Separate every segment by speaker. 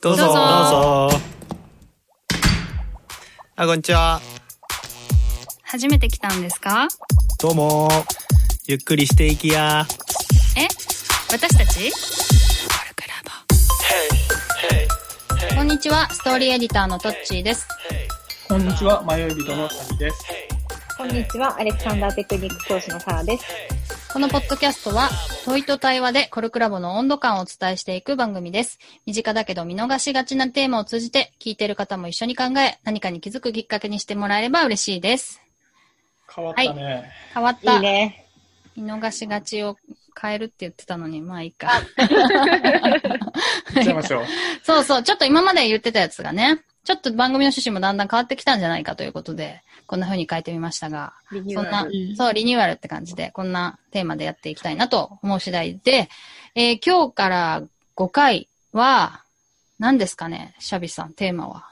Speaker 1: どうぞ
Speaker 2: どうぞ
Speaker 1: あこんにちは
Speaker 2: 初めて来たんですか
Speaker 1: どうもゆっくりしていきや
Speaker 2: え私たちこんにちは、ストーリーエディターのトッチーです。
Speaker 3: こんにちは、迷い人のサミです。
Speaker 4: こんにちは、アレクサンダーテクニック講師のサラです。
Speaker 2: このポッドキャストは、問いと対話でコルクラボの温度感をお伝えしていく番組です。身近だけど見逃しがちなテーマを通じて、聞いてる方も一緒に考え、何かに気づくきっかけにしてもらえれば嬉しいです。
Speaker 3: 変わったね。
Speaker 2: 変わっ
Speaker 4: い
Speaker 2: た。
Speaker 4: いね。
Speaker 2: 見逃しがちを変えるって言ってたのに、まあいい か。
Speaker 3: 行っちゃいましょう。
Speaker 2: そうそう、ちょっと今まで言ってたやつがね、ちょっと番組の趣旨もだんだん変わってきたんじゃないかということで、こんな風に変えてみましたが、
Speaker 4: リニ
Speaker 2: そ
Speaker 4: ュ
Speaker 2: ん
Speaker 4: ーア
Speaker 2: な
Speaker 4: ル。、
Speaker 2: そう、リニューアルって感じで、こんなテーマでやっていきたいなと思う次第で、えー今日から5回は、何ですかね、シャビさん、テー マは。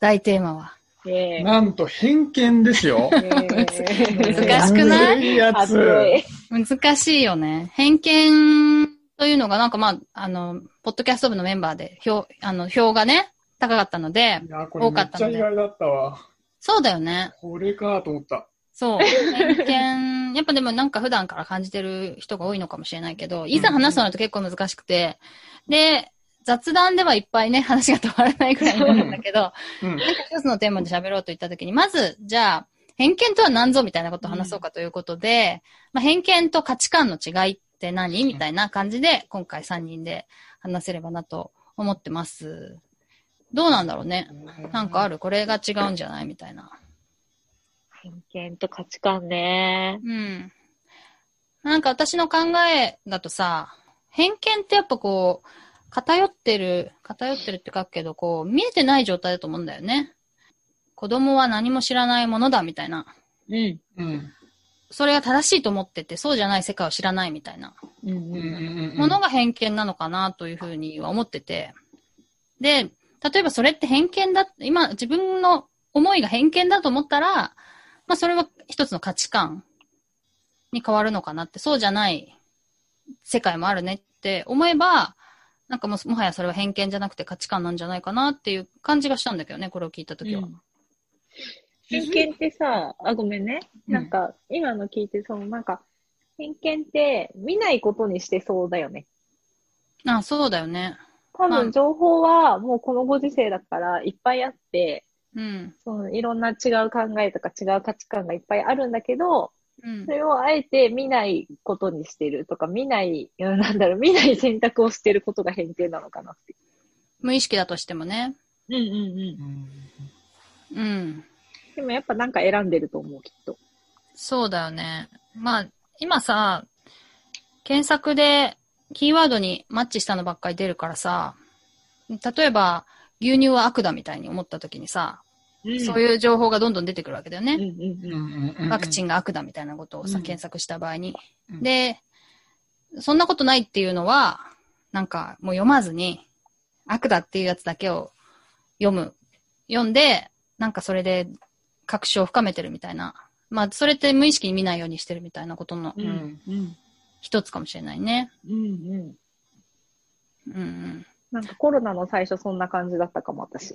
Speaker 2: 大テーマは。
Speaker 4: え
Speaker 3: なんと偏見ですよ。
Speaker 4: ー
Speaker 2: 難しくない
Speaker 3: いいや
Speaker 4: 熱
Speaker 3: つ。
Speaker 4: い。
Speaker 2: 難しいよね。偏見というのが、なんかまあ、あの、ポッドキャスト部のメンバーで、票、あの、票がね、高かったので
Speaker 3: い、や、これめっちゃ意外だったわ。
Speaker 2: そうだよね。
Speaker 3: これかと思った。
Speaker 2: そう。偏見、やっぱでもなんか普段から感じてる人が多いのかもしれないけど、いざ話すのだと結構難しくて、で、雑談ではいっぱいね、話が止まらないくらいになるんだけど、
Speaker 3: うん。
Speaker 2: なんか一つのテーマで喋ろうと言ったときに、まず、じゃあ、偏見とは何ぞみたいなことを話そうかということで、まあ、偏見と価値観の違いって何みたいな感じで、今回3人で話せればなと思ってます。どうなんだろうね。なんかあるこれが違うんじゃないみたいな。
Speaker 4: 偏見と価値観ね。
Speaker 2: うん。なんか私の考えだとさ、偏見ってやっぱこう、偏ってる、偏ってるって書くけど、こう、見えてない状態だと思うんだよね。子供は何も知らないものだみたいな。
Speaker 4: うん。
Speaker 3: うん。
Speaker 2: それが正しいと思ってて、そうじゃない世界を知らないみたいな
Speaker 4: う
Speaker 3: うん
Speaker 4: ん
Speaker 3: うんうん。
Speaker 2: ものが偏見なのかなというふうには思ってて。で、例えばそれって偏見だ、今自分の思いが偏見だと思ったら、まあそれは一つの価値観に変わるのかなって、そうじゃない世界もあるねって思えば、なんかもうもはやそれは偏見じゃなくて価値観なんじゃないかなっていう感じがしたんだけどね、これを聞いたときは。
Speaker 4: 偏見ってさ、あ、ごめんね。
Speaker 3: うん
Speaker 4: なんか、今の聞いて、そのなんか、偏見って見ないことにしてそうだよね。
Speaker 2: ああそうだよね。
Speaker 4: 多
Speaker 2: うん
Speaker 4: 分情報はもうこのご時世だからいっぱいあって、
Speaker 2: うん。
Speaker 4: そのいろんな違う考えとか違う価値観がいっぱいあるんだけど、
Speaker 2: うん
Speaker 4: そ。れをあえて見ないことにしてるとか、見ない、うんなんだろう、見ない選択をしてることが偏見なのかなって。
Speaker 2: 無意識だとしてもね。
Speaker 4: うんうんうん。
Speaker 3: うん。
Speaker 2: うん。
Speaker 4: でもやっぱなんか選んでると思う、きっと。
Speaker 2: そうだよね。まあ、今さ、検索でキーワードにマッチしたのばっかり出るからさ、例えば、牛乳は悪だみたいに思った時にさ、そう
Speaker 4: い
Speaker 2: いう情報がどんどん出てくるわけだよね。
Speaker 4: うんうんうん。
Speaker 2: ワク
Speaker 3: ン。
Speaker 2: チンが悪だみたいなことをさ、
Speaker 3: うん
Speaker 2: 検索した場合に。
Speaker 3: うん
Speaker 2: で、そんなことないっていうのは、なんかもう読まずに、悪だっていうやつだけを読む。読んで、なんかそれで確証を深めてるみたいな。まあ、それって無意識に見ないようにしてるみたいなことの
Speaker 4: うんうん
Speaker 2: 一つかもしれないね。
Speaker 4: うんうん。
Speaker 2: うんうん。
Speaker 4: なんかコロナの最初そんな感じだったかも、私。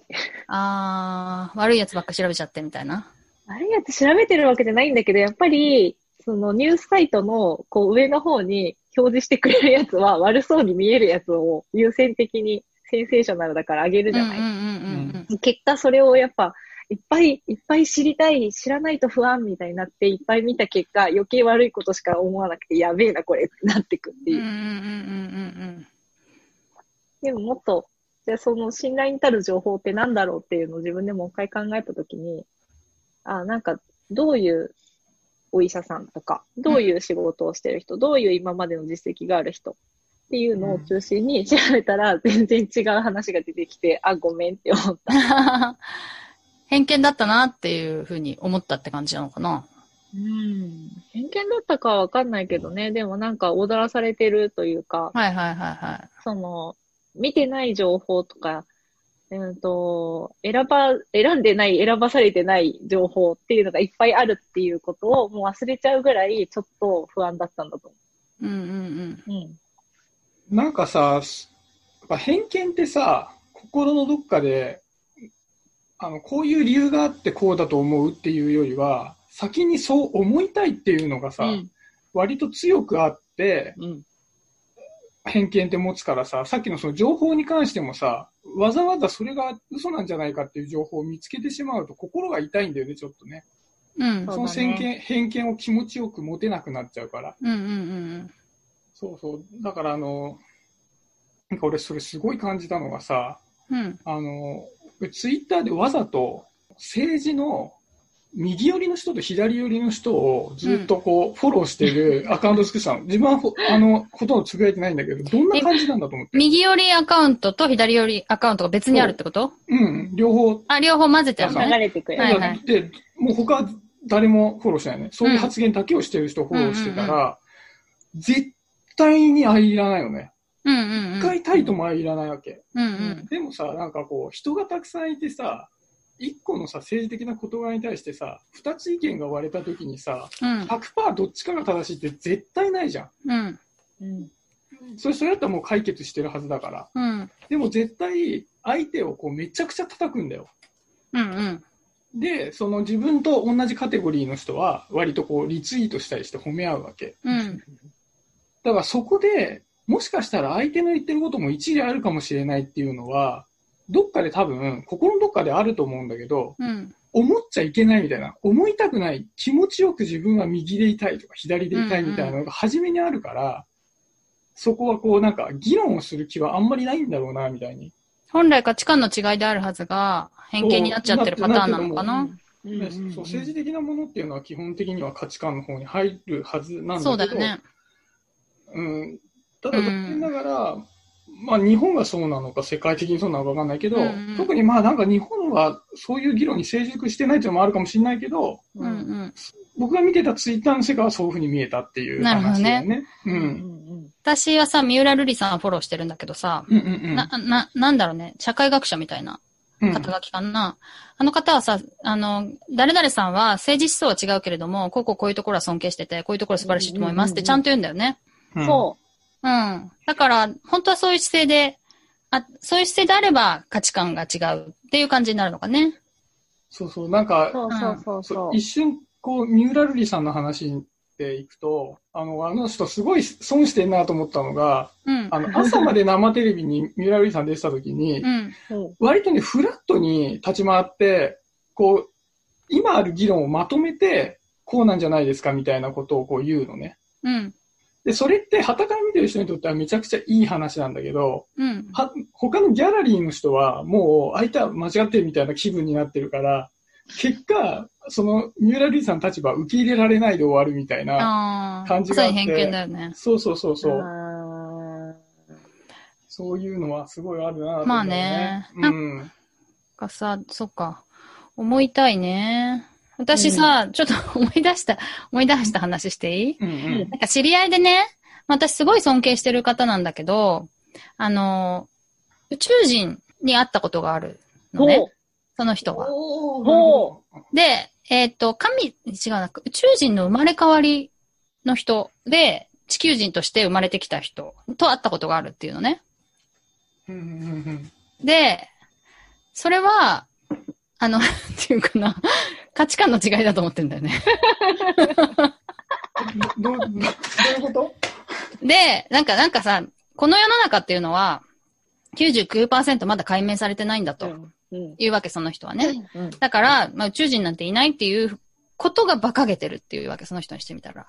Speaker 2: あー、悪いやつばっか調べちゃってみたいな。
Speaker 4: あれやって調べてるわけじゃないんだけど、やっぱり、そのニュースサイトのこう上の方に表示してくれるやつは悪そうに見えるやつを優先的にセンセーショナルだから上げるじゃない。
Speaker 2: うんうんうんうん
Speaker 4: 結果それをやっぱ、いっぱいいっぱい知りたい、知らないと不安みたいになって、いっぱい見た結果、余計悪いことしか思わなくて、やべえな、これってなってくって
Speaker 2: うん。うんうん
Speaker 4: いうう。
Speaker 2: んうん
Speaker 4: でももっと、じゃあその信頼に足る情報ってなんだろうっていうのを自分でもう一回考えたときに、あ、なんか、どういうお医者さんとか、どういう仕事をしてる人、どういう今までの実績がある人っていうのを中心に調べたら、全然違う話が出てきて、あ、ごめんって思った。
Speaker 2: うん 偏見だったなっていうふうに思ったって感じなのかな。
Speaker 4: うん。偏見だったかはわかんないけどね、でもなんか踊らされてるというか、
Speaker 2: はいはいはいはい。
Speaker 4: その、見てない情報とか、うんと、選ば、選んでない、選ばされてない情報っていうのがいっぱいあるっていうことをもう忘れちゃうぐらいちょっと不安だったんだと
Speaker 2: うんうん
Speaker 4: 思う。
Speaker 3: なんかさ、やっぱ偏見ってさ、心のどっかで、あの、こういう理由があってこうだと思うっていうよりは、先にそう思いたいっていうのがさ、
Speaker 2: うん。
Speaker 3: 割と強くあって、
Speaker 2: うん。
Speaker 3: 偏見って持つからさ、さっきのその情報に関してもさ、わざわざそれが嘘なんじゃないかっていう情報を見つけてしまうと心が痛いんだよね、ちょっとね。
Speaker 2: うん。
Speaker 3: そ
Speaker 4: そうだね
Speaker 3: の偏見、偏見を気持ちよく持てなくなっちゃうから。
Speaker 2: うん。うん。
Speaker 3: そうそう。だからあの、なんか俺それすごい感じたのがさ、
Speaker 2: うん。うん。
Speaker 3: あの、ツイッターでわざと政治の右寄りの人と左寄りの人をずっとこうフォローしてるアカウント作ってたの。自分はほあの、ほとんどつぶやいてないんだけど、どんな感じなんだと思って。
Speaker 2: 右寄りアカウントと左寄りアカウントが別にあるってこと
Speaker 3: うん、両方。
Speaker 2: あ、両方混ぜてあるの
Speaker 4: 流
Speaker 2: ね。
Speaker 4: れてくる。
Speaker 2: はいはい
Speaker 3: で、もう他は誰もフォローしてないね。そういう発言だけをしてる人をフォローしてたら、絶対に相入らないよね。
Speaker 2: うんうんうん。
Speaker 3: 一回たりとも相入らないわけ。
Speaker 2: うんうん。
Speaker 3: でもさ、なんかこう、人がたくさんいてさ、一個のさ、政治的な事柄に対してさ、二つ意見が割れた時にさ、
Speaker 2: うん。
Speaker 3: 100%どっちかが正しいって絶対ないじゃ
Speaker 2: うん。
Speaker 4: うん。
Speaker 3: ん。それ、それだったらもう解決してるはずだから。
Speaker 2: うん。
Speaker 3: でも絶対、相手をこう、めちゃくちゃ叩くんだよ。
Speaker 2: うんうん。
Speaker 3: で、その自分と同じカテゴリーの人は、割とこう、リツイートしたりして褒め合うわけ。
Speaker 2: うん。
Speaker 3: だからそこで、もしかしたら相手の言ってることも一理あるかもしれないっていうのは、どっかで多分、心のどっかであると思うんだけど、
Speaker 2: うん。
Speaker 3: 思っちゃいけないみたいな、思いたくない、気持ちよく自分は右でいたいとか左でいたいみたいなのが初めにあるから、そこはこうなんか議論をする気はあんまりないんだろうな、みたいに。
Speaker 2: 本来価値観の違いであるはずが、偏見になっちゃってるパターンなのかな。
Speaker 4: う
Speaker 3: ね
Speaker 4: ん
Speaker 3: そう政治的なものっていうのは基本的には価値観の方に入るはずなんだけど、
Speaker 2: そうだよね。
Speaker 3: うん、ただ、残念ながら、まあ日本がそうなのか世界的にそうなのかわかんないけど、
Speaker 2: うんうん
Speaker 3: 特にまあなんか日本はそういう議論に成熟してないっていうのもあるかもしれないけど、
Speaker 2: うんうん。
Speaker 3: 僕が見てたツイッターの世界はそういうふうに見えたっていう
Speaker 2: なるほど
Speaker 3: 話
Speaker 2: ね
Speaker 3: だよね。う。
Speaker 4: うんん。
Speaker 2: 私はさ、三浦瑠麗さんをフォローしてるんだけどさ、
Speaker 3: うんうん
Speaker 2: な、な、なんだろうね、社会学者みたいな
Speaker 3: うん。
Speaker 2: 肩書きかな。あの方はさ、あの、誰々さんは政治思想は違うけれども、こうこうこういうところは尊敬してて、こういうところ素晴らしいと思いますってちゃんと言うんだよね。
Speaker 3: うん
Speaker 4: そ
Speaker 2: うん。だから、本当はそういう姿勢で、あ、そういう姿勢であれば価値観が違うっていう感じになるのかね。
Speaker 3: そうそう。なん
Speaker 4: う。
Speaker 3: か、
Speaker 4: そうそうそう
Speaker 3: そ
Speaker 4: そうう。
Speaker 3: 一瞬、こう、三浦瑠麗さんの話でいくと、あの、あの人すごい損してんなと思ったのが、
Speaker 2: うん。
Speaker 3: あの、朝まで生テレビに三浦瑠麗さん出てた時に
Speaker 2: う、ん。
Speaker 4: うん
Speaker 3: 割とね、フラットに立ち回って、こう、今ある議論をまとめて、こうなんじゃないですかみたいなことをこう言うのね。
Speaker 2: うん。
Speaker 3: で、それって、傍から見てる人にとってはめちゃくちゃいい話なんだけど、
Speaker 2: うん。
Speaker 3: は他のギャラリーの人はもう相手は間違ってるみたいな気分になってるから、結果、その三浦瑠麗さんの立場は受け入れられないで終わるみたいな。
Speaker 2: ああ。
Speaker 3: 感じがあって
Speaker 2: まさに偏見だよね。
Speaker 3: そうそうそうそう。
Speaker 4: あ
Speaker 3: そういうのはすごいあるなと思う、
Speaker 2: まあね
Speaker 3: うん。
Speaker 2: かさ、そっか。思いたいね。私さ、ちょっと思い出した、思い出した話していい
Speaker 3: うんうん。
Speaker 2: なんか知り合いでね、まあ私すごい尊敬してる方なんだけど、あの、宇宙人に会ったことがある
Speaker 4: ー
Speaker 2: のね
Speaker 4: ほ。
Speaker 2: その人は。
Speaker 3: お
Speaker 4: ほ
Speaker 2: で、えっ、と、神、違うな、宇宙人の生まれ変わりの人で、地球人として生まれてきた人と会ったことがあるっていうのね。
Speaker 3: うんうん
Speaker 2: で、それは、あの、 っていうかな、価値観の違いだと思ってんだよね。
Speaker 3: うん。ど、ど、どういうこと
Speaker 2: で、なんか、なんかさ、この世の中っていうのは、99%まだ解明されてないんだ
Speaker 4: う
Speaker 2: と
Speaker 4: うん。
Speaker 2: いうわけ、その人はね。
Speaker 4: うん。
Speaker 2: だから、まあ、宇宙人なんていないっていうことが馬鹿げてるっていうわけ、その人にしてみたら。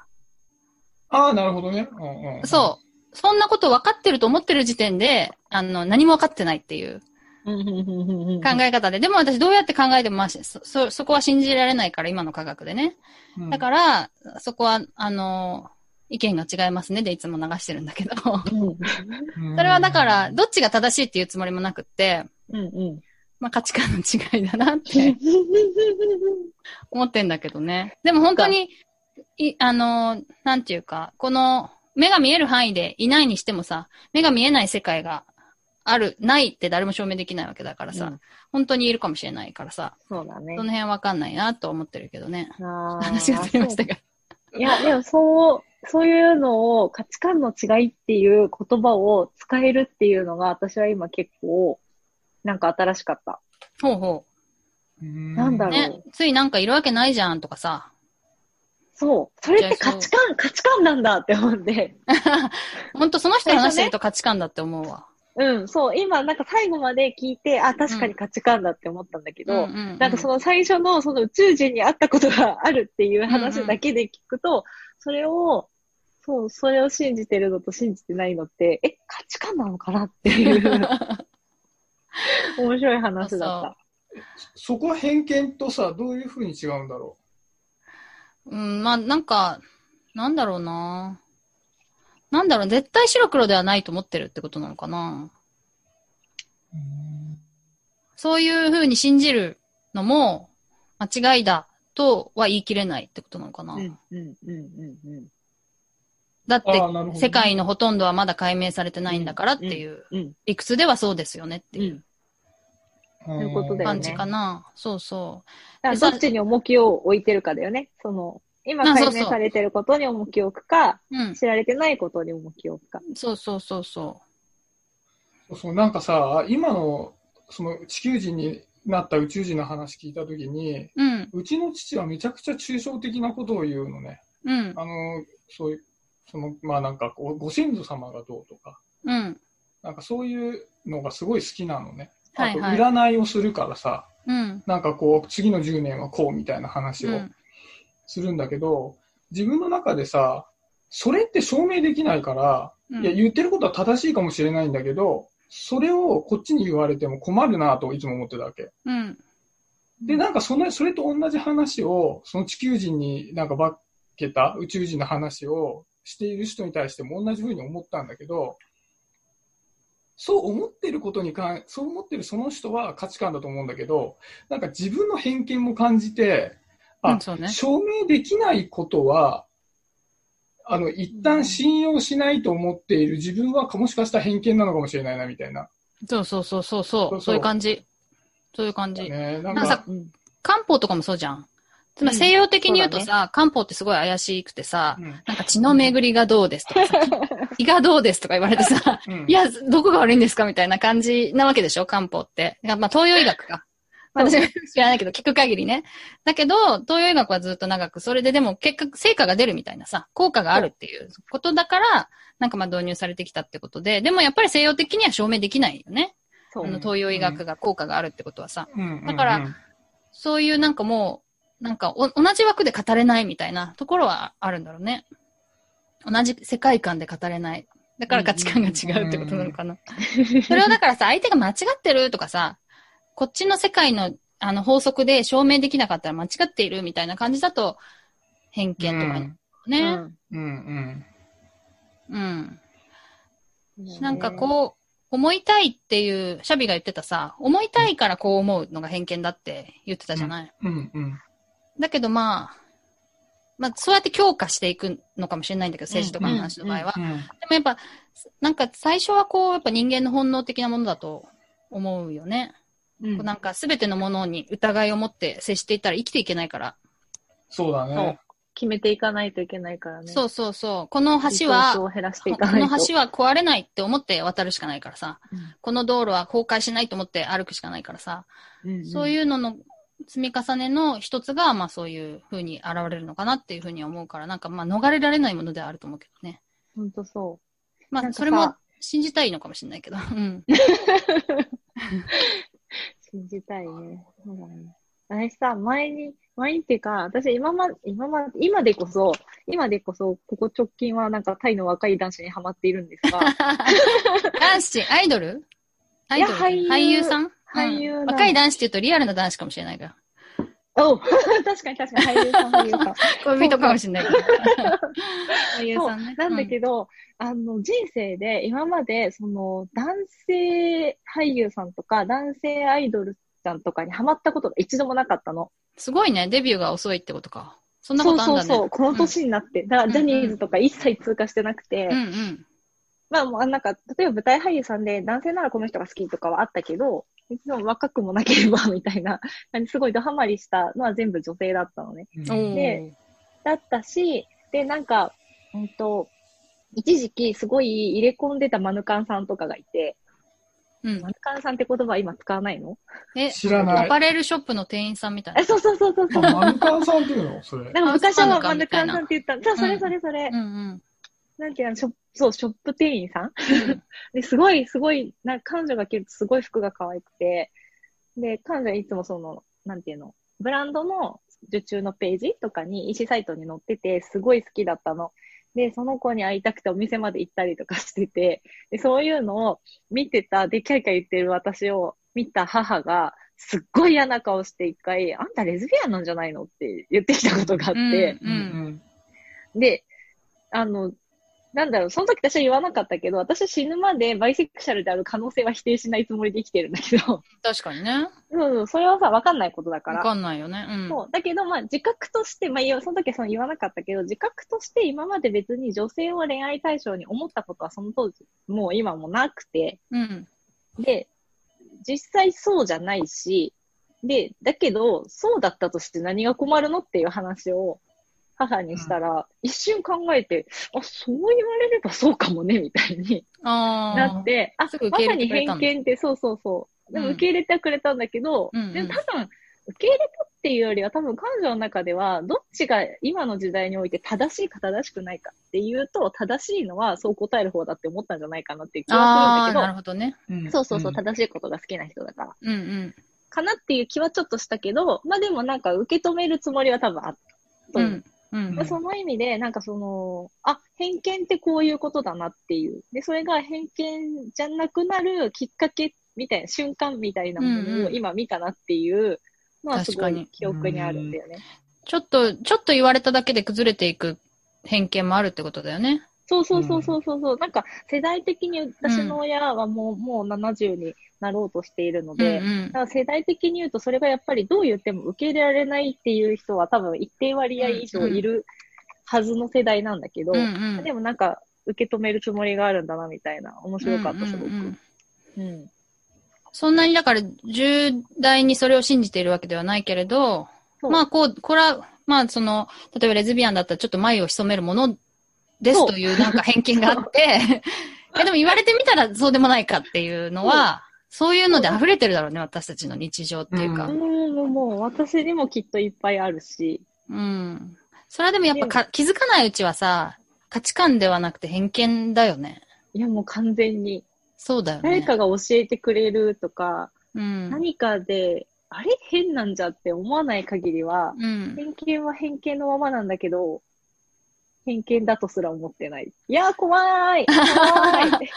Speaker 3: ああ、なるほどね。うんうん、う。
Speaker 2: そう。そんなこと分かってると思ってる時点で、あの、何も分かってないっていう
Speaker 4: 考
Speaker 2: 考え方で。でも私どうやって考えてもまあ、そ、そ、そこは信じられないから、今の科学でね。だ
Speaker 3: ら、
Speaker 2: から、そこは、あの、意見が違いますねでいつも流してるんだけど。そ
Speaker 4: うん
Speaker 3: そ
Speaker 2: れはだか、ら、どっちが正しいっていうつもりもなくって、
Speaker 4: うん。
Speaker 2: まあ価値観の違いだなって思ってんだけどね。でも本当に、い、あの、なんていうか、この、目が見える範囲でいないにしてもさ、目が見えない世界がある、ないって誰も証明できないわけだからさ、
Speaker 4: うん
Speaker 2: 本当にいるかもしれないからさ、
Speaker 4: そうだね
Speaker 2: そ。の辺わかんないなと思ってるけどね。
Speaker 4: あー
Speaker 2: 話がずれましたが。
Speaker 4: いや、でもそう、そういうのを価値観の違いっていう言葉を使えるっていうのが私は今結構なんか新しかった。
Speaker 2: ほうほ
Speaker 4: なんだ
Speaker 2: う。
Speaker 4: ろう
Speaker 2: ね、ついなんかいるわけないじゃんとかさ。
Speaker 4: そう。それって価値観、価値観なんだって思って。
Speaker 2: ほんとその人の話してると価値観だって思うわ。
Speaker 4: うん、そう。今、なんか最後まで聞いて、あ、確かに価値観だって思ったんだけど、なんかそ
Speaker 2: の、
Speaker 4: の最初のその宇宙人に会ったことがあるっていう話だけで聞くと、それを、そう、それを信じてるのと信じてないのって、え、価値観なのかなっていう 面白い話だった。
Speaker 3: そこは偏見とさ、どういうふうに違うんだろ
Speaker 2: うん、まあなんか、なんだろうな。なんだろう、絶対白黒ではないと思ってるってことなのかな。
Speaker 3: う。
Speaker 2: そういう風に信じるのも間違いだとは言い切れないってことなのかな。
Speaker 4: うん、うん、うん、うん、うん。
Speaker 2: だっ
Speaker 3: あ
Speaker 2: て
Speaker 3: あ、なるほどね
Speaker 2: 世界のほとんどはまだ解明されてないんだからっていう、
Speaker 4: うん、
Speaker 2: 理屈ではそうですよねっていう
Speaker 3: と
Speaker 4: いうことだよね
Speaker 2: 感じかな。そうそ
Speaker 4: だからどっちに重きを置いてるかだよね。その、今
Speaker 2: あそう
Speaker 4: 解
Speaker 2: そう
Speaker 4: 明されてることに重きを置くか、
Speaker 2: う。うん。
Speaker 4: 知られてないことに重きを置くか。
Speaker 2: そうそうそうそ
Speaker 3: そうそうなんかさ、今のその地球人になった宇宙人の話聞いたときに、
Speaker 2: う。うん。
Speaker 3: うちの父はめちゃくちゃ抽象的なことを言うのね。
Speaker 2: うん。
Speaker 3: あの、そういう、その、まあなんかこう、ご先祖様がどうとか、
Speaker 2: うん。
Speaker 3: なんかそういうのがすごい好きなのね。
Speaker 2: はいはい
Speaker 3: あと、占いをするからさ、
Speaker 2: うん。
Speaker 3: なんかこう、次の10年はこうみたいな話
Speaker 2: う
Speaker 3: を
Speaker 2: ん。
Speaker 3: するんだけど、自分の中でさ、それって証明できないから、
Speaker 2: うん
Speaker 3: いや、言ってることは正しいかもしれないんだけど、それをこっちに言われても困るなといつも思ってたわけ。
Speaker 2: うん。
Speaker 3: で、なんかその、それと同じ話を、その地球人になんか化けた宇宙人の話をしている人に対しても同じふうに思ったんだけど、そう思ってることに関、そう思ってるその人は価値観だと思うんだけど、なんか自分の偏見も感じて、あ
Speaker 2: うんそうね。
Speaker 3: 証明できないことは、あの、一旦信用しないと思っている自分は、もしかしたら偏見なのかもしれないな、みたいな。
Speaker 2: そうそうそうそうそ。
Speaker 3: そうう
Speaker 2: そういう感じ。そういう感じ。
Speaker 3: ね、
Speaker 2: な
Speaker 3: なん
Speaker 2: んか
Speaker 3: か
Speaker 2: さ、
Speaker 4: うん、
Speaker 2: 漢方とかもそうじゃん。つまり
Speaker 4: うん
Speaker 2: 西洋的に言うと
Speaker 4: そう
Speaker 2: さ、漢方ってすごい怪しくてさ、
Speaker 3: うん
Speaker 2: なんか血の巡りがどうですとかさ、気がどうですとか言われてさ、
Speaker 3: うん
Speaker 2: いや、どこが悪いんですかみたいな感じなわけでしょ漢方って。まあ、東洋医学か。私は知らないけど、聞く限りね。だけど、東洋医学はずっと長く、それででも結果、成果が出るみたいなさ、効果があるっていうことだから、なんかまあ導入されてきたってことで、でもやっぱり西洋的には証明できないよね。あ
Speaker 4: そう。
Speaker 2: の東洋医学が効果があるってことはさ。
Speaker 3: うん
Speaker 2: だから、そういうなんかもう、なんかお同じ枠で語れないみたいなところはあるんだろうね。同じ世界観で語れない。だから価値観が違うってことなのかな。それをだからさ、相手が間違ってるとかさ、こっちの世界のあの法則で証明できなかったら間違っているみたいな感じだと、偏見とかね。
Speaker 4: う
Speaker 2: ね
Speaker 4: ん
Speaker 3: うんうん
Speaker 2: うん。
Speaker 3: うん
Speaker 2: なんかこう、思いたいっていう、シャビが言ってたさ、思いたいからこう思うのが偏見だって言ってたじゃない。
Speaker 3: うんうんうん
Speaker 2: だけどまあ、まあそうやって強化していくのかもしれないんだけど、政治とかの話の場合は。
Speaker 3: うん
Speaker 2: でもやっぱ、なんか最初はこう、やっぱ人間の本能的なものだと思うよね。
Speaker 4: うん
Speaker 2: こうなんか全てのものに疑いを持って接していたら生きていけないから。
Speaker 3: そうだね。
Speaker 4: 決めていかないといけないからね。
Speaker 2: そうそうそう。この橋
Speaker 4: リソース
Speaker 2: は、
Speaker 4: を減らしてい
Speaker 2: こ
Speaker 4: かないと。
Speaker 2: の橋は壊れないって思って渡るしかないからさ。この道路は崩壊しないと思って歩くしかないからさ。そう
Speaker 4: う
Speaker 2: いうのの積み重ねの一つが、まあそういう風に現れるのかなっていう風に思うから、なんかまあ逃れられないものではあると思うけどね。
Speaker 4: ん。本当そ
Speaker 2: ま
Speaker 4: なん
Speaker 2: あ
Speaker 4: かさ
Speaker 2: それも信じたいのかもしれないけど。うん。
Speaker 4: う。信じたいね。そうだね。私さ、前に、前にっていうか、私今ま、今ま、今でこそ、今でこそ、ここ直近はなんかタイの若い男子にハマっているんですが、
Speaker 2: 男子、アイドルアイドル
Speaker 4: いや俳優
Speaker 2: 俳優さん
Speaker 4: 俳優な
Speaker 2: う
Speaker 4: の
Speaker 2: ん若い男子って言うとリアルな男子かもしれないから。
Speaker 4: お確かに確かに俳優さん俳優 さん。
Speaker 2: 恋人かもしれない から。俳優
Speaker 4: そ
Speaker 2: さ
Speaker 4: うん
Speaker 2: ね。
Speaker 4: なんだけど、あの、人生で今まで、その、男性俳優さんとか、男性アイドルさんとかにハマったことが一度もなかったの。
Speaker 2: すごいね。デビューが遅いってことか。そんな
Speaker 4: そ
Speaker 2: こ
Speaker 4: う
Speaker 2: とあん
Speaker 4: そう
Speaker 2: だね。
Speaker 4: そう、この年になって。だから、ジャニーズとか一切通過してなくて、
Speaker 2: うんうん。
Speaker 4: まあ、もうなんか、例えば舞台俳優さんで男性ならこの人が好きとかはあったけど、別に若くもなければみたいな、すごいドハマりしたのは全部女性だったのね。
Speaker 3: うん
Speaker 2: おー
Speaker 4: でだったし、で、なんか、うんと、一時期すごい入れ込んでたマヌカンさんとかがいて、
Speaker 2: うん
Speaker 4: マ。ルカンさんって言葉は今使わないの
Speaker 2: え、
Speaker 3: 知らな
Speaker 2: ア
Speaker 3: い。
Speaker 2: パレルショップの店員さんみたいな
Speaker 4: え、。そうそうそうそうそ
Speaker 3: あ
Speaker 4: う。
Speaker 3: マルカンさんっていうのそれ。
Speaker 4: なんか昔はマルカン
Speaker 2: マルカンさ
Speaker 4: さん
Speaker 2: ん
Speaker 4: って言った。そう、それそれそれ
Speaker 2: う。んうん。
Speaker 4: なんていうの、ショップそう、ショップ店員さん
Speaker 2: うん
Speaker 4: ですごい、すごい、なんか彼女が着るとすごい服が可愛くて、で、彼女はいつもその、なんていうの、ブランドの受注のページとかに、EC サイトに載ってて、すごい好きだったの。で、その子に会いたくてお店まで行ったりとかしてて、でそういうのを見てた、で、キャイキャイ言ってる私を見た母が、すっごい嫌な顔して一回、あんたレズビアンなんじゃないのって言ってきたことがあって、
Speaker 2: うん
Speaker 3: うん
Speaker 4: で、あの、なんだろう、その時私は言わなかったけど、私は死ぬまでバイセクシャルである可能性は否定しないつもりで生きてるんだけど、そう
Speaker 2: 確かにね。
Speaker 4: そう、それはさ、わかんないことだか
Speaker 2: わ
Speaker 4: ら。
Speaker 2: かんないよね。うん。
Speaker 4: そう。だけど、まあ、自覚として、まあ、いやその時はその言わなかったけど、自覚として今まで別に女性を恋愛対象に思ったことはその当時、もう今もなくて、
Speaker 2: うん。
Speaker 4: で、実際そうじゃないし、で、だけど、そうだったとして何が困るのっていう話を母にしたら、一瞬考えて、あ、そう言われればそうかもね、みたいに
Speaker 2: ああ。
Speaker 4: なって、あ、
Speaker 2: すぐ受
Speaker 4: ま
Speaker 2: け
Speaker 4: さ
Speaker 2: 入れて
Speaker 4: に
Speaker 2: くれた
Speaker 4: 偏
Speaker 2: の
Speaker 4: 見って、そうそうそう。でも
Speaker 2: うん
Speaker 4: 受け入れてはくれたんだけど、
Speaker 2: うんうん
Speaker 4: でも多分、受け入れたっていうよりは多分彼女の中では、どっちが今の時代において正しいか正しくないかっていうと、正しいのはそう答える方だって思ったんじゃないかなっていう気は
Speaker 2: あ
Speaker 4: する
Speaker 2: あ、
Speaker 4: んだけど
Speaker 2: な、るほどね。
Speaker 3: うん
Speaker 4: そうそうそう、
Speaker 3: ん
Speaker 4: 正しいことが好きな人だから。
Speaker 2: うんうん。
Speaker 4: かなっていう気はちょっとしたけど、まあでもなんか受け止めるつもりは多分あった。
Speaker 2: うん。うん
Speaker 4: まあその意味で、なんかその、あ、偏見ってこういうことだなっていう。で、それが偏見じゃなくなるきっかけみたいな、瞬間みたいなも
Speaker 2: うん
Speaker 4: の
Speaker 2: う
Speaker 4: を
Speaker 2: ん
Speaker 4: 今見たなっていうのはす
Speaker 2: 確
Speaker 4: ご
Speaker 2: か
Speaker 4: い
Speaker 2: に
Speaker 4: 記憶にあるんだよね。
Speaker 2: ちょっと、ちょっと言われただけで崩れていく偏見もあるってことだよね。
Speaker 4: そうそうそうそうそうそう。なんか世代的に私の親はもう、もう70になろうとしているの
Speaker 2: うんう
Speaker 4: で、だ
Speaker 2: ん。
Speaker 4: から世代的に言うと、それがやっぱりどう言っても受け入れられないっていう人は多分一定割合以上いるはずの世代なんだけど、
Speaker 2: うんうん。
Speaker 4: でもなんか受け止めるつもりがあるんだなみたいな、面白かった、すごく。
Speaker 2: うんうんうん
Speaker 4: うん
Speaker 2: そんなにだから、重大にそれを信じているわけではないけれど、
Speaker 4: そう
Speaker 2: まあこう、これは、まあその、例えばレズビアンだったらちょっと眉を潜めるものです
Speaker 4: そう
Speaker 2: というなんか偏見があ って、いやでも言われてみたらそうでもないかっていうのは、そういうので溢れてるだろうね、私たちの日常っていうか。
Speaker 4: うん、もうもう私にもきっといっぱいあるし、
Speaker 2: うん。それはでもやっぱか気づかないうちはさ、価値観ではなくて偏見だよね。
Speaker 4: いやもう完全に、
Speaker 2: そうだよね。
Speaker 4: 誰かが教えてくれるとか、
Speaker 2: うん。
Speaker 4: 何かで、あれ変なんじゃって思わない限りは、
Speaker 2: うん。
Speaker 4: 偏見は偏見のままなんだけど、偏見だとすら思ってない。いやー、怖ー い怖ーい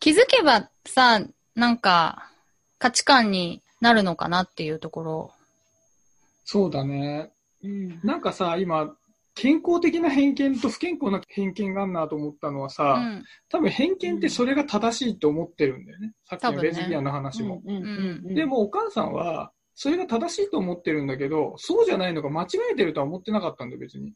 Speaker 2: 気づけばさ、なんか価値観になるのかなっていうところ。
Speaker 3: そうだね。
Speaker 2: うん。
Speaker 3: なんかさ、今、健康的な偏見と不健康な偏見があるなと思ったのは
Speaker 2: う
Speaker 3: さ、
Speaker 2: ん。
Speaker 3: 多分偏見ってそれが正しいと思ってるんだよね。さっきのレズビアンの話も。
Speaker 4: うんうんうんうん
Speaker 3: でもお母さんは、それが正しいと思ってるんだけど、そうじゃないのが間違えてるとは思ってなかったんだよ、別に。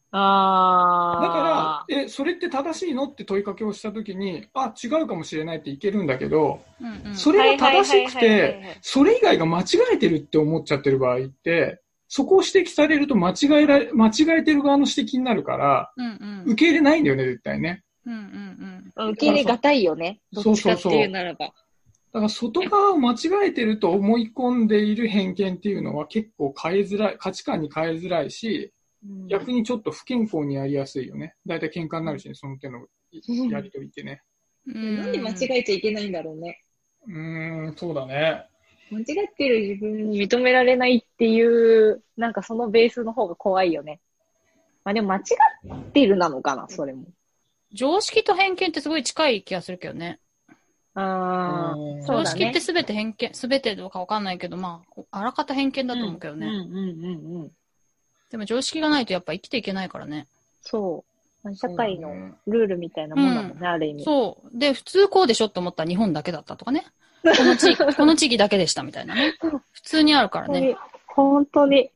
Speaker 3: だ
Speaker 4: あ
Speaker 3: から、え、それって正しいのって問いかけをしたときに、あ、違うかもしれないっていけるんだけど、
Speaker 2: うんうん
Speaker 3: それが正しく
Speaker 4: はいはいはいはいはいはい
Speaker 3: て、それ以外が間違えてるって思っちゃってる場合って、そこを指摘されると間違えられ、間違えてる側の指摘になるから、
Speaker 2: うんうん
Speaker 3: 受け入れないんだよね、絶対ね。
Speaker 2: うんうん
Speaker 4: ら、受け入れがたいよね。ど
Speaker 3: そ
Speaker 4: っ
Speaker 3: う
Speaker 4: ち
Speaker 3: そう
Speaker 4: かって
Speaker 3: そう
Speaker 4: いうならば。
Speaker 3: だから外側を間違えてると思い込んでいる偏見っていうのは結構変えづらい、価値観に変えづらいし、
Speaker 4: うん
Speaker 3: 逆にちょっと不健康にやりやすいよね。だいたい喧嘩になるしね、その手のやりとりってね。
Speaker 2: うん。
Speaker 4: なんで間違えちゃいけないんだろうね。
Speaker 3: うーん、そうだね。
Speaker 4: 間違ってる自分に認められないっていう、なんかそのベースの方が怖いよね。まあでも間違ってるなのかな、それも。
Speaker 2: 常識と偏見ってすごい近い気がするけどね。
Speaker 4: あ
Speaker 3: う
Speaker 4: あ、
Speaker 3: ん
Speaker 4: そう
Speaker 2: 常
Speaker 4: だ
Speaker 2: 識っ
Speaker 4: ね
Speaker 2: て。すべて偏見、すべてどうかわかんないけど、まあ、あらかた偏見だと思うけどね。
Speaker 4: うんうんうんうん。
Speaker 2: でも常識がないとやっぱ生きていけないからね。
Speaker 4: そう。社会
Speaker 3: そうだ
Speaker 4: の
Speaker 3: ね
Speaker 4: ルールみたいなものだもんね、ある意味。
Speaker 2: そう。で、普通こうでしょって思ったら日本だけだったとかね。この 地域、この地域だけでしたみたいなね
Speaker 4: そう。
Speaker 2: 普通にあるから
Speaker 4: 本当
Speaker 2: ね。
Speaker 4: に。本当に。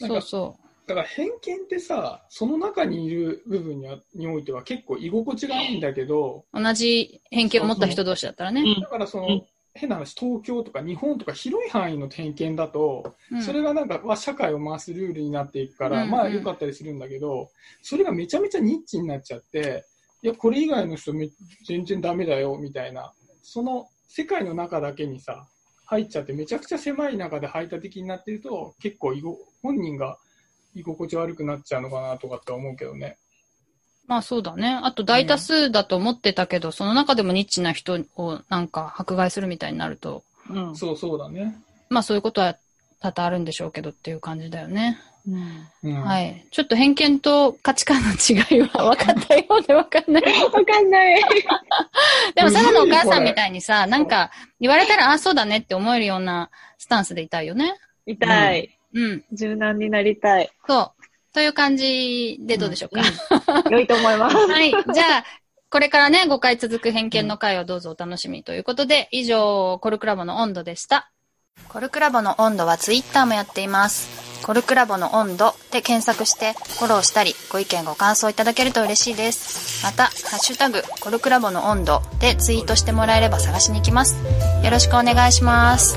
Speaker 3: なん
Speaker 2: そ
Speaker 3: か
Speaker 2: うそ
Speaker 3: だから偏見ってさ、その中にいる部分にはにおいては結構居心地がいいんだけど、
Speaker 2: う。同じ偏見を持った人同士だったらね。
Speaker 3: だからその、
Speaker 4: うん
Speaker 3: 変な話、東京とか日本とか広い範囲の偏見だと、
Speaker 2: うん
Speaker 3: それがなんか、まあ、社会を回すルールになっていくから、
Speaker 2: うん
Speaker 3: まあ
Speaker 2: うん
Speaker 3: 良かったりするんだけど、それがめちゃめちゃニッチになっちゃって、いや、これ以外の人め全然ダメだよ、みたいな。その世界の中だけにさ、入っちゃって、めちゃくちゃ狭い中で排他的になってると、結構居ご本人が居心地悪くなっちゃうのかなとかって思うけどね。
Speaker 2: まあそうだね。あと大多数だと思ってたけど、その中でもニッチな人をなんか迫害するみたいになると、
Speaker 4: うん。
Speaker 3: そうそうだね。
Speaker 2: まあそういうことは多々あるんでしょうけどっていう感じだよね。
Speaker 3: う
Speaker 4: うん
Speaker 3: ん、
Speaker 2: はい。ちょっと偏見と価値観の違いは分かったようで分か んない。
Speaker 4: わかんない。
Speaker 2: でも、サラのお母さんみたいにさ、なんか言われたら、ああ、そうだねって思えるようなスタンスでいたいよね。
Speaker 4: 痛い。
Speaker 2: うん。
Speaker 4: 柔軟になりたい。
Speaker 2: そう。という感じでどうでしょうか。
Speaker 4: 良いと思います。
Speaker 2: はい。じゃあ、これからね、5回続く偏見の回をどうぞお楽しみということで、以上、コルクラボの温度でした。コルクラボの温度はツイッターもやっています。コルクラボの温度で検索して、フォローしたり、ご意見ご感想いただけると嬉しいです。また、ハッシュタグ、コルクラボの温度でツイートしてもらえれば探しに行きます。よろしくお願いします。